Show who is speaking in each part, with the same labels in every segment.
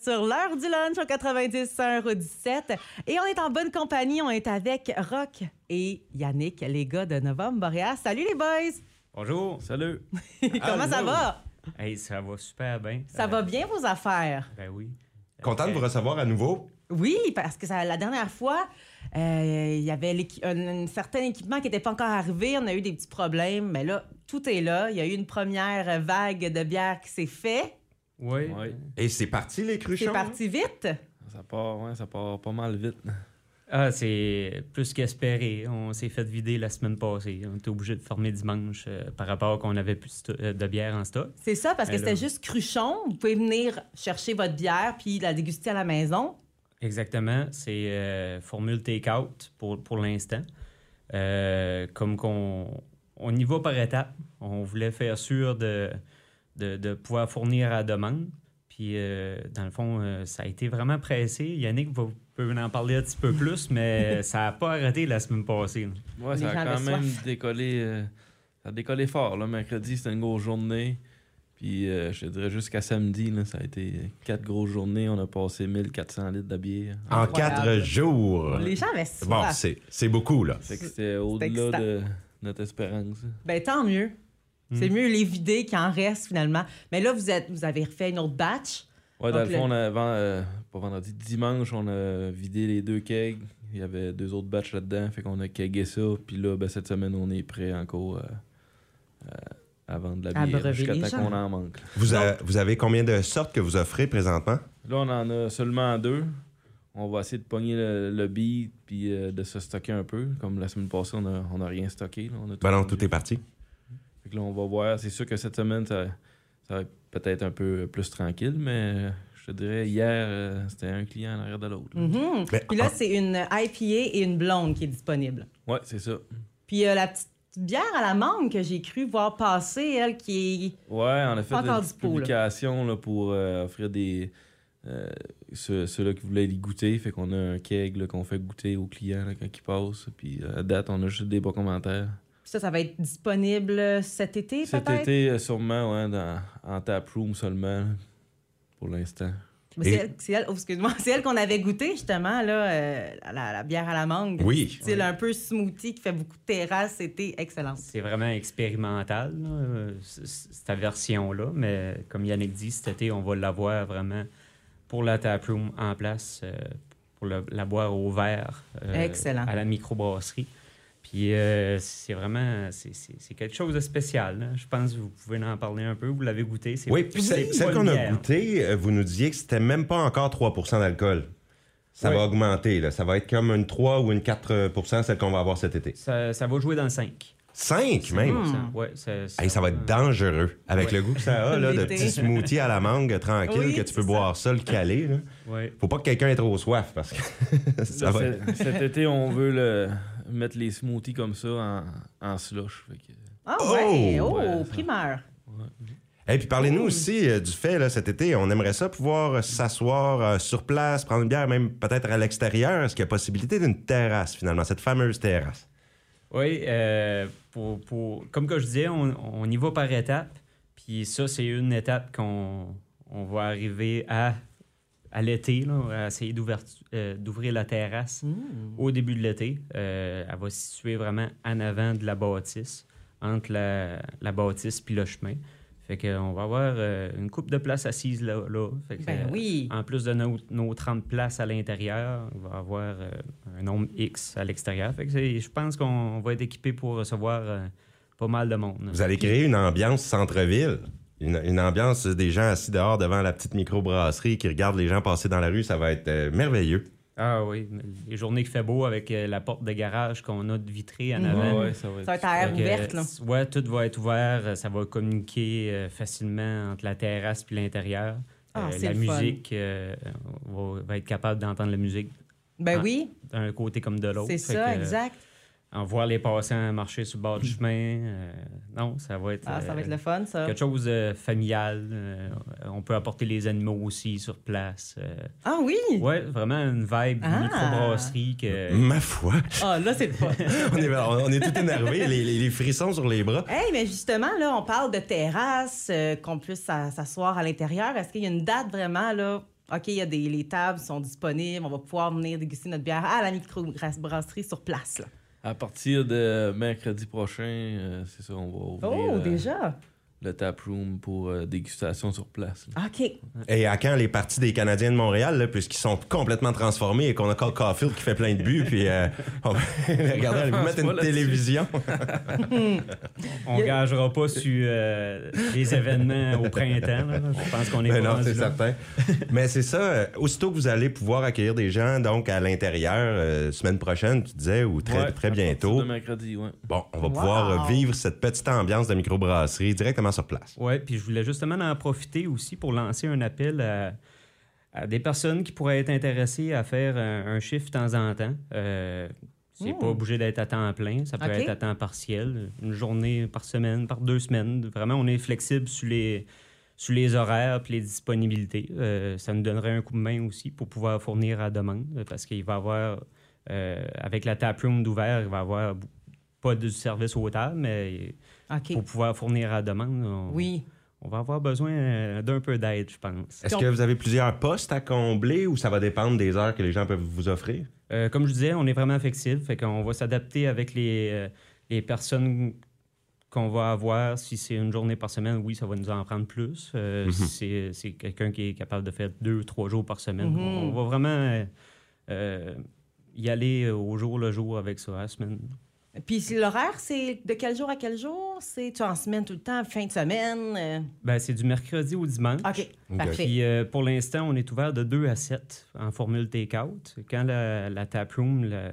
Speaker 1: sur l'heure du lunch au 90 17 Et on est en bonne compagnie. On est avec Rock et Yannick, les gars de Novembre Boréas. Salut les boys!
Speaker 2: Bonjour. Salut.
Speaker 1: Comment ça va?
Speaker 2: Hey, ça va super bien.
Speaker 1: Ça
Speaker 2: Euh,
Speaker 1: va bien vos affaires?
Speaker 2: Ben oui.
Speaker 3: Content de vous
Speaker 2: Euh,
Speaker 3: recevoir à nouveau.
Speaker 1: Oui, parce que ça- la dernière fois, euh, il y avait l'équi- un, un certain équipement qui n'était pas encore arrivé. On a eu des petits problèmes, mais là, tout est là. Il y a eu une première vague de bière qui s'est faite.
Speaker 2: Oui.
Speaker 4: Ouais.
Speaker 3: Et c'est parti, les cruchons.
Speaker 1: C'est
Speaker 2: hein?
Speaker 1: parti vite.
Speaker 4: Ça part, ouais, ça part pas mal vite.
Speaker 2: Ah, c'est plus qu'espéré. On s'est fait vider la semaine passée. On était obligé de fermer dimanche euh, par rapport qu'on avait plus sto- euh, de bière en stock.
Speaker 1: C'est ça, parce que
Speaker 2: Mais
Speaker 1: c'était
Speaker 2: là-
Speaker 1: juste cruchon. Vous pouvez venir chercher votre bière puis la déguster à la maison.
Speaker 2: Exactement. C'est euh, formule take-out pour, pour l'instant. Euh, comme qu'on on y va par étapes. On voulait faire sûr de, de, de pouvoir fournir à la demande. Puis, euh, dans le fond, euh, ça a été vraiment pressé. Yannick va, peut en parler un petit peu plus, mais ça n'a pas arrêté la semaine passée. là.
Speaker 4: Ouais,
Speaker 1: Les
Speaker 4: ça a
Speaker 1: gens
Speaker 4: quand
Speaker 1: avaient
Speaker 4: même
Speaker 1: soif.
Speaker 4: décollé. euh, ça a décollé fort. Là. Mercredi, c'était une grosse journée. Puis euh, je te dirais jusqu'à samedi, là, ça a été euh, quatre grosses journées. On a passé 1400 litres de bière.
Speaker 3: En
Speaker 1: Incroyable.
Speaker 3: quatre jours.
Speaker 1: Les gens avaient
Speaker 3: Bon,
Speaker 1: soif.
Speaker 3: c'est c'est beaucoup, là.
Speaker 4: Fait que c'était au-delà
Speaker 1: excitant.
Speaker 4: de notre espérance.
Speaker 1: ben, tant mieux. C'est
Speaker 3: Hmm.
Speaker 1: mieux les vider qu'il en reste finalement. Mais là, vous, êtes, vous avez refait une autre batch.
Speaker 4: Ouais, dans
Speaker 1: Donc,
Speaker 4: le
Speaker 1: le-
Speaker 4: fond, on a, vend- euh, pas vendredi, dimanche, on a vidé les deux kegs. Il y avait deux autres batchs là-dedans. Fait qu'on a kegué ça. Puis là, ben, cette semaine, on est prêt encore euh, euh, à vendre de
Speaker 1: À
Speaker 4: la bière
Speaker 1: brever
Speaker 4: jusqu'à
Speaker 1: les
Speaker 4: temps
Speaker 1: gens.
Speaker 4: qu'on en manque. là.
Speaker 3: Vous, a- vous avez combien de sortes que vous offrez présentement?
Speaker 4: Là, on en a seulement deux. On va essayer de pogner le, le beat puis euh, de se stocker un peu. Comme la semaine passée, on n'a on a rien stocké. Là. On a
Speaker 3: Ben non,
Speaker 4: vendu.
Speaker 3: tout est parti.
Speaker 4: Fait que là, on va voir. C'est sûr que cette semaine, ça, ça va être peut-être un peu plus tranquille, mais euh, je te dirais, hier, euh, c'était un client en arrière de l'autre.
Speaker 3: Hmm.
Speaker 4: là.
Speaker 1: Mhm.
Speaker 3: Mais
Speaker 1: Puis là, c'est une IPA et une blonde qui est disponible.
Speaker 4: Ouais, c'est ça.
Speaker 1: Puis euh, la petite bière à la mangue que j'ai cru voir passer, elle qui
Speaker 4: Ouais, on a fait
Speaker 1: Encore
Speaker 4: une
Speaker 1: du
Speaker 4: petite
Speaker 1: pot, là.
Speaker 4: publication là, pour euh, offrir des. euh, ceux- Ceux-là qui voulaient les goûter, fait qu'on a un keg là, qu'on fait goûter aux clients là, quand ils passent. Puis euh, à date, on a juste des bons commentaires.
Speaker 1: est. Ça, ça va être disponible cet été,
Speaker 4: Cet
Speaker 1: peut-être?
Speaker 4: été, euh, sûrement, ouais, dans, en taproom seulement, là, pour l'instant.
Speaker 1: Mais C'est
Speaker 3: Et-
Speaker 1: elle, c'est elle- oh, excuse-moi, c'est elle qu'on avait goûté justement, là, euh, la, la bière à la mangue.
Speaker 3: Oui.
Speaker 1: Style un peu smoothie qui fait beaucoup de terrasse. C'était excellent.
Speaker 2: C'est vraiment expérimental, là, euh, c- c- cette version-là. Mais comme Yannick dit, cet été, on va l'avoir vraiment pour la taproom en place, euh, pour le- la boire au verre euh,
Speaker 1: Excellent.
Speaker 2: à la microbrasserie. Puis euh, c'est vraiment, c'est- c'est c'est quelque chose de spécial. là. Je pense que vous pouvez en parler un peu. Vous l'avez goûté. c'est-
Speaker 3: Oui, puis
Speaker 2: c'est
Speaker 3: celle, celle
Speaker 2: pas
Speaker 3: qu'on
Speaker 2: une
Speaker 3: a
Speaker 2: bière.
Speaker 3: goûtée, euh, vous nous disiez que c'était même pas encore 3 d'alcool. Ça
Speaker 2: Oui.
Speaker 3: va augmenter, là. Ça va être comme une 3 ou une 4 celle qu'on va avoir cet été.
Speaker 2: Ça, ça va jouer dans le 5.
Speaker 3: 5 même!
Speaker 2: Ouais, ça,
Speaker 3: Hey, ça va être dangereux. Avec le goût que ça a, là, de
Speaker 1: L'été.
Speaker 3: petits smoothies à la mangue tranquille,
Speaker 1: Oui,
Speaker 3: que tu
Speaker 1: c'est
Speaker 3: peux
Speaker 1: ça.
Speaker 3: boire ça, le caler. Là.
Speaker 2: Ouais.
Speaker 3: Faut pas que quelqu'un ait trop soif parce que ça
Speaker 4: Là,
Speaker 3: va être...
Speaker 4: cet- Cet été, on veut le- mettre les smoothies comme ça en, en slush. fait que-
Speaker 1: Ah
Speaker 3: Oh!
Speaker 1: ouais, oh,
Speaker 4: Ouais, ça-
Speaker 1: primeur.
Speaker 3: Et puis parlez-nous aussi euh, du fait, là, cet été, on aimerait ça pouvoir euh, s'asseoir euh, sur place, prendre une bière, même peut-être à l'extérieur. Est-ce qu'il y a possibilité d'une terrasse, finalement, cette fameuse terrasse?
Speaker 2: Oui, euh, pour, pour- comme que je disais, on, on y va par étapes. Puis ça, c'est une étape qu'on on va arriver à, à l'été, là, à essayer d'ouvertu- euh, d'ouvrir la terrasse
Speaker 1: Mmh.
Speaker 2: au début de l'été. Euh, elle va se situer vraiment en avant de la bâtisse, entre la, la bâtisse puis le chemin. Fait qu'on va avoir euh, une coupe de places assises là. là. Fait que,
Speaker 1: Ben
Speaker 2: euh,
Speaker 1: oui.
Speaker 2: en plus de nos, nos 30 places à l'intérieur, il va y avoir euh, un nombre X à l'extérieur. Fait que c'est- je pense qu'on va être équipé pour recevoir euh, pas mal de monde.
Speaker 3: Vous allez créer une ambiance centre-ville. Une, une ambiance des gens assis dehors devant la petite microbrasserie qui regardent les gens passer dans la rue. Ça va être euh, merveilleux.
Speaker 2: Ah oui, les journées qui fait beau avec euh, la porte de garage qu'on a de vitrée en
Speaker 3: Ah
Speaker 1: Mhm.
Speaker 2: avant.
Speaker 4: Ouais, ouais, ça va
Speaker 1: Ça
Speaker 4: être.
Speaker 1: va être à
Speaker 2: Fait
Speaker 1: air
Speaker 2: que,
Speaker 1: ouverte, là.
Speaker 2: euh, ouais, tout va être ouvert. euh, Ça va communiquer euh, facilement entre la terrasse puis l'intérieur.
Speaker 1: Ah, c'est
Speaker 2: la
Speaker 1: le fun.
Speaker 2: musique, euh, on va, va être capable d'entendre la musique
Speaker 1: Ben
Speaker 2: Ah,
Speaker 1: oui,
Speaker 2: d'un côté comme de l'autre.
Speaker 1: c'est
Speaker 2: Fait
Speaker 1: ça,
Speaker 2: que,
Speaker 1: exact.
Speaker 2: en voir les passants marcher sur le bord du chemin. euh, non, ça va être,
Speaker 1: Ah, ça
Speaker 2: euh,
Speaker 1: va être le fun, ça.
Speaker 2: quelque chose de familial. euh, on peut apporter les animaux aussi sur place. euh.
Speaker 1: Ah oui!
Speaker 2: ouais, vraiment une vibe
Speaker 1: Ah.
Speaker 2: microbrasserie que.
Speaker 3: Ma foi!
Speaker 1: Ah, là, c'est le fun.
Speaker 3: on, est, on est tout énervé, les, les- les frissons sur les bras.
Speaker 1: hey, mais justement, là, on parle de terrasse, euh, qu'on puisse s'a- s'asseoir à l'intérieur. Est-ce qu'il y a une date vraiment, là, OK, il y a des, les tables sont disponibles, on va pouvoir venir déguster notre bière à la microbrasserie sur place. là.
Speaker 4: À partir de mercredi prochain, euh, c'est ça, on va ouvrir
Speaker 1: Oh,
Speaker 4: euh,
Speaker 1: déjà?
Speaker 4: le taproom pour euh, dégustation sur place. là.
Speaker 1: OK.
Speaker 3: Et à quand les parties des Canadiens de Montréal, là, puisqu'ils sont complètement transformés et qu'on a Carl Caulfield qui fait plein de buts, puis euh, on va regarder, allez-vous mettre une
Speaker 4: Voilà, dessus.
Speaker 3: télévision?
Speaker 2: On
Speaker 1: Il y a-
Speaker 2: gagera pas sur euh, les événements au printemps. là. Je pense qu'on est
Speaker 3: Ben
Speaker 2: pas
Speaker 3: non,
Speaker 2: rendu
Speaker 3: c'est
Speaker 2: là.
Speaker 3: certain. Mais c'est ça, euh, aussitôt que vous allez pouvoir accueillir des gens, donc à l'intérieur, euh, semaine prochaine, tu disais, ou très,
Speaker 4: Ouais,
Speaker 3: très
Speaker 4: à partir
Speaker 3: bientôt,
Speaker 4: De mercredi, ouais.
Speaker 3: bon, on va
Speaker 1: Wow.
Speaker 3: pouvoir euh, vivre cette petite ambiance de microbrasserie directement sur place.
Speaker 2: Oui, puis je voulais justement en profiter aussi pour lancer un appel à, à des personnes qui pourraient être intéressées à faire un, un chiffre de temps en temps. Euh, c'est
Speaker 1: Mm.
Speaker 2: pas obligé d'être à temps plein, ça peut
Speaker 1: Ok.
Speaker 2: être à temps partiel, une journée par semaine, par deux semaines. Vraiment, on est flexible sur les, sur les horaires puis les disponibilités. Euh, ça nous donnerait un coup de main aussi pour pouvoir fournir à demande euh, parce qu'il va y avoir, euh, avec la taproom d'ouvert, il va y avoir bou- pas de service au table, mais
Speaker 1: OK.
Speaker 2: pour pouvoir fournir à demande, on-
Speaker 1: Oui.
Speaker 2: on va avoir besoin euh, d'un peu d'aide, je pense.
Speaker 3: Est-ce
Speaker 1: Puis on-
Speaker 3: que vous avez plusieurs postes à combler ou ça va dépendre des heures que les gens peuvent vous offrir?
Speaker 2: Euh, comme je disais, on est vraiment flexible, fait qu'on va s'adapter avec les, euh, les personnes qu'on va avoir. Si c'est une journée par semaine, oui, ça va nous en prendre plus. Euh, Si c'est- c'est quelqu'un qui est capable de faire deux, trois jours par semaine,
Speaker 1: Mhm.
Speaker 2: on, on va vraiment euh, euh, y aller au jour le jour avec ça, à la semaine.
Speaker 1: Puis si l'horaire, c'est de quel jour à quel jour? C'est tu en semaine tout le temps, fin de semaine? euh?
Speaker 2: Ben, c'est du mercredi au dimanche.
Speaker 1: OK,
Speaker 3: Ok.
Speaker 1: parfait.
Speaker 2: Puis euh, pour l'instant, on est ouvert de 2 à 7 en formule take-out. Quand la, la taproom, la, euh,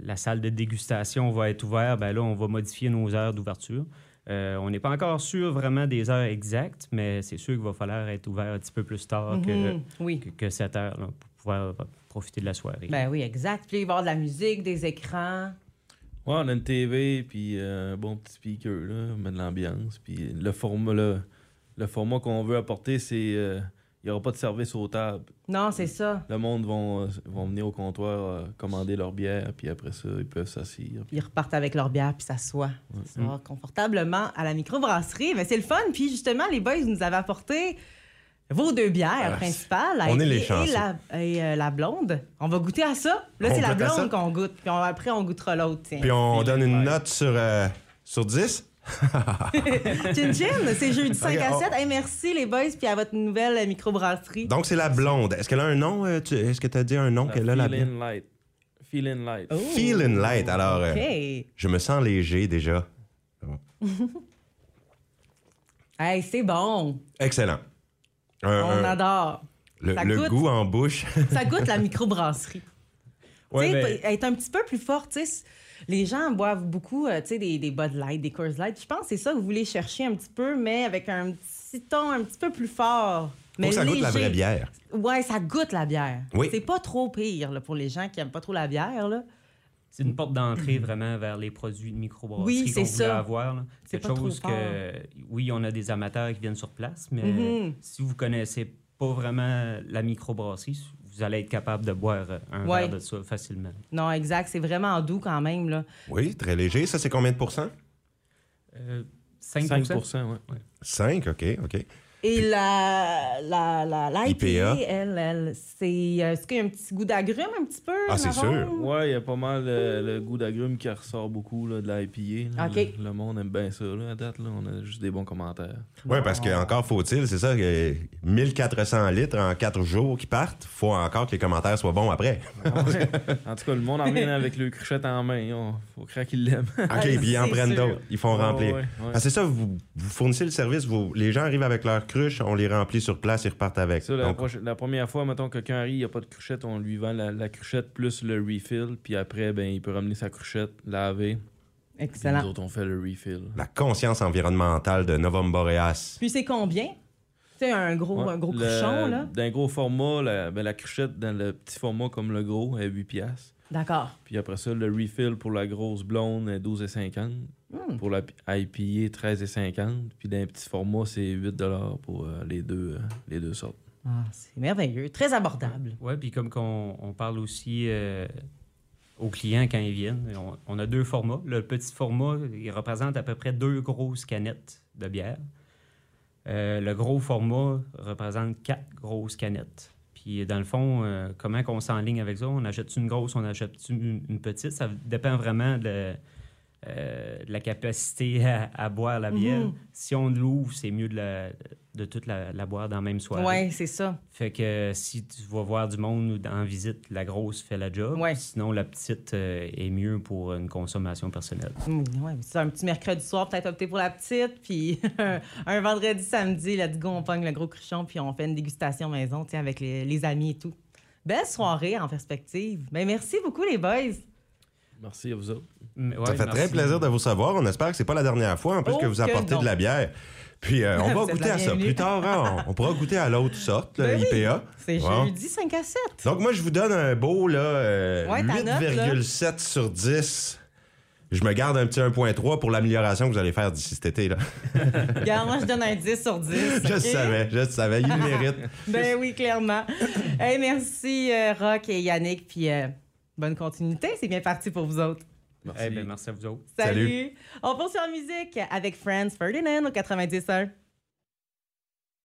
Speaker 2: la salle de dégustation va être ouverte, ben là, on va modifier nos heures d'ouverture. Euh, on n'est pas encore sûr vraiment des heures exactes, mais c'est sûr qu'il va falloir être ouvert un petit peu plus tard
Speaker 1: Mhm, Oui.
Speaker 2: que, que, que 7 heures là, pour pouvoir profiter de la soirée.
Speaker 1: Ben oui, exact. Puis il va y avoir de la musique, des écrans.
Speaker 4: Ouais, on a une TV, puis euh, un bon petit speaker, là, on met de l'ambiance. Puis le format, le, le format qu'on veut apporter, c'est. euh, il n'y aura pas de service aux tables.
Speaker 1: Non, c'est ça.
Speaker 4: Le monde vont, euh, vont venir au comptoir euh, commander leur bière, puis après ça, ils peuvent s'asseoir.
Speaker 1: Ils repartent avec leur bière puis s'assoient.
Speaker 3: Mm-hmm.
Speaker 1: s'assoient confortablement à la microbrasserie. Mais c'est le fun. Puis justement, les boys, vous nous avez apporté vos deux bières
Speaker 3: Ah,
Speaker 1: principales.
Speaker 3: on
Speaker 1: la
Speaker 3: est les
Speaker 1: IPA
Speaker 3: chanceux.
Speaker 1: Et la, et, euh, la blonde. On va goûter à ça. Là,
Speaker 3: On
Speaker 1: c'est la
Speaker 3: goûte à ça.
Speaker 1: blonde qu'on goûte. Puis on- après, on goûtera l'autre. tiens.
Speaker 3: Puis on donne une note sur, euh, sur 10?
Speaker 1: Chin Chin, c'est jeudi 5
Speaker 3: Ok,
Speaker 1: à
Speaker 3: on-
Speaker 1: 7. Hey, merci les boys, puis à votre nouvelle euh, microbrasserie.
Speaker 3: Donc, c'est la blonde. Est-ce qu'elle a un nom? euh, tu- Est-ce que tu as dit un nom
Speaker 4: La
Speaker 3: qu'elle a la blonde?
Speaker 4: Feeling light. Feeling light.
Speaker 1: Oh.
Speaker 3: Feeling light. Alors, euh,
Speaker 1: OK. Hey,
Speaker 3: je me sens léger déjà.
Speaker 1: c'est bon.
Speaker 3: Excellent. Un-
Speaker 1: on
Speaker 3: un-
Speaker 1: adore.
Speaker 3: le
Speaker 1: ça
Speaker 3: le
Speaker 1: goûte.
Speaker 3: goût en bouche.
Speaker 1: Ça goûte la microbrasserie.
Speaker 2: Ouais,
Speaker 1: Tu sais,
Speaker 2: ben-
Speaker 1: Elle est un petit peu plus forte. tu sais. Les gens boivent beaucoup euh, tu sais, des, des Bud Light, des Coors Light. Je pense que c'est ça que vous voulez chercher un petit peu, mais avec un petit ton un petit peu plus fort. Mais
Speaker 3: Faut que ça goûte la
Speaker 1: léger.
Speaker 3: vraie bière.
Speaker 1: Ouais, ça goûte la bière.
Speaker 3: Oui.
Speaker 1: C'est pas trop pire là, pour les gens qui aiment pas trop la bière. Là.
Speaker 2: C'est une porte d'entrée vraiment vers les produits de microbrasserie
Speaker 1: Mm-hmm. Oui,
Speaker 2: qu'on
Speaker 1: c'est
Speaker 2: voulait
Speaker 1: ça.
Speaker 2: avoir. là.
Speaker 1: C'est
Speaker 2: Quelque
Speaker 1: pas trop
Speaker 2: chose que, oui, on a des amateurs qui viennent sur place, mais
Speaker 1: Mhm.
Speaker 2: si vous connaissez pas vraiment la microbrasserie, vous allez être capable de boire euh, un
Speaker 1: Ouais.
Speaker 2: verre de ça facilement.
Speaker 1: Non, exact. C'est vraiment doux quand même. Là.
Speaker 3: Oui, très léger. Ça, c'est combien de pourcents?
Speaker 2: Euh, 5,
Speaker 4: 5%, ouais.
Speaker 3: 5, OK, OK.
Speaker 1: Et la, la, la, la IPA,
Speaker 3: IPA.
Speaker 1: elle, elle, c'est. euh, Est-ce qu'il y a un petit goût d'agrumes un petit peu?
Speaker 3: Ah,
Speaker 1: en
Speaker 3: c'est
Speaker 1: avant?
Speaker 3: sûr.
Speaker 4: Ouais, il y a pas mal euh, le goût d'agrumes qui ressort beaucoup là, de la IPA. là.
Speaker 1: Ok.
Speaker 4: Le, le monde aime bien ça. Là, à date, là, on a juste des bons commentaires.
Speaker 3: Oui, parce que encore faut-il, c'est ça, que 1400 litres en 4 jours qui partent, faut encore que les commentaires soient bons après.
Speaker 4: en tout cas, le monde en vient avec le cruchette en main. On- faut croire qu'il l'aime.
Speaker 3: OK, puis ils en
Speaker 1: c'est
Speaker 3: prennent
Speaker 1: sûr.
Speaker 3: d'autres. Ils font
Speaker 4: Ouais,
Speaker 3: remplir.
Speaker 4: ouais, ouais.
Speaker 3: Ah, c'est ça, vous, vous fournissez le service, vous- les gens arrivent avec leur cruche, on les remplit sur place, ils repartent avec.
Speaker 4: Ça, la,
Speaker 3: Donc,
Speaker 4: proche- la première fois, mettons, que quelqu'un arrive, il n'y a pas de cruchette, on lui vend la, la cruchette plus le refill. Puis après, ben, il peut ramener sa cruchette, laver. Puis nous
Speaker 1: Excellent.
Speaker 4: autres, on fait le refill.
Speaker 3: la conscience environnementale de Novum Boreas.
Speaker 1: Puis c'est combien? C'est un gros,
Speaker 4: Ouais,
Speaker 1: un gros
Speaker 4: le-
Speaker 1: cochon, là.
Speaker 4: D'un gros format, la, ben, la cruchette dans le petit format comme le gros, elle est 8 piastres.
Speaker 1: D'accord.
Speaker 4: Puis après ça, le refill pour la grosse blonde est 12,50.
Speaker 1: Hmm.
Speaker 4: Pour la IPA, 13,50. Puis d'un petit format, c'est 8 pour euh, les, deux, euh, les deux sortes.
Speaker 1: Ah, c'est merveilleux. Très abordable.
Speaker 2: Oui, puis comme qu'on on parle aussi euh, aux clients quand ils viennent, on, on a deux formats. Le petit format, il représente à peu près deux grosses canettes de bière. Euh, le gros format représente quatre grosses canettes. Puis dans le fond, euh, comment qu'on s'enligne avec ça? On achète une grosse, on achète une, une petite? Ça dépend vraiment de, euh, de la capacité à, à boire la bière.
Speaker 1: Mhm.
Speaker 2: Si on l'ouvre, c'est mieux de, la- de toute la, la boire dans la même soirée.
Speaker 1: Ouais, c'est ça.
Speaker 2: Fait que si tu vas voir du monde en visite, la grosse fait la job.
Speaker 1: Ouais.
Speaker 2: Sinon, la petite euh, est mieux pour une consommation personnelle.
Speaker 1: Mm, ouais, mais c'est un petit mercredi soir, peut-être opter pour la petite, puis un, un vendredi, samedi, là, du go, on pogne le gros cruchon, puis on fait une dégustation maison, tu sais, avec les, les amis et tout. Belle soirée en perspective. Ben, merci beaucoup, les boys.
Speaker 4: Merci à vous autres.
Speaker 2: Mais ouais,
Speaker 3: Ça fait
Speaker 2: merci.
Speaker 3: très plaisir de vous savoir. On espère que c'est pas la dernière fois, en plus,
Speaker 1: Oh
Speaker 3: que vous
Speaker 1: que
Speaker 3: apportez
Speaker 1: non.
Speaker 3: de la bière. Puis euh, on
Speaker 1: Vous
Speaker 3: va
Speaker 1: êtes
Speaker 3: goûter
Speaker 1: la
Speaker 3: à ça
Speaker 1: bienvenue.
Speaker 3: plus tard. hein. On, on pourra goûter à l'autre sorte,
Speaker 1: Ben
Speaker 3: le
Speaker 1: oui.
Speaker 3: IPA.
Speaker 1: C'est
Speaker 3: Wow.
Speaker 1: jeudi 5 à 7.
Speaker 3: Donc moi, je vous donne un beau là, euh,
Speaker 1: Ouais, ta note, là.
Speaker 3: 8,7 sur 10. Je me garde un petit 1.3 pour l'amélioration que vous allez faire d'ici cet été. Là.
Speaker 1: Regarde, moi, je donne un 10 sur 10.
Speaker 3: Je le
Speaker 1: ok?
Speaker 3: savais, je le savais. Il le mérite.
Speaker 1: Ben oui, clairement. Hey, merci, euh, Rock et Yannick, puis euh, bonne continuité. C'est bien parti pour vous autres.
Speaker 2: Eh ben, merci à vous autres.
Speaker 1: Salut.
Speaker 3: Salut.
Speaker 1: On poursuit en musique avec Franz Ferdinand au 91.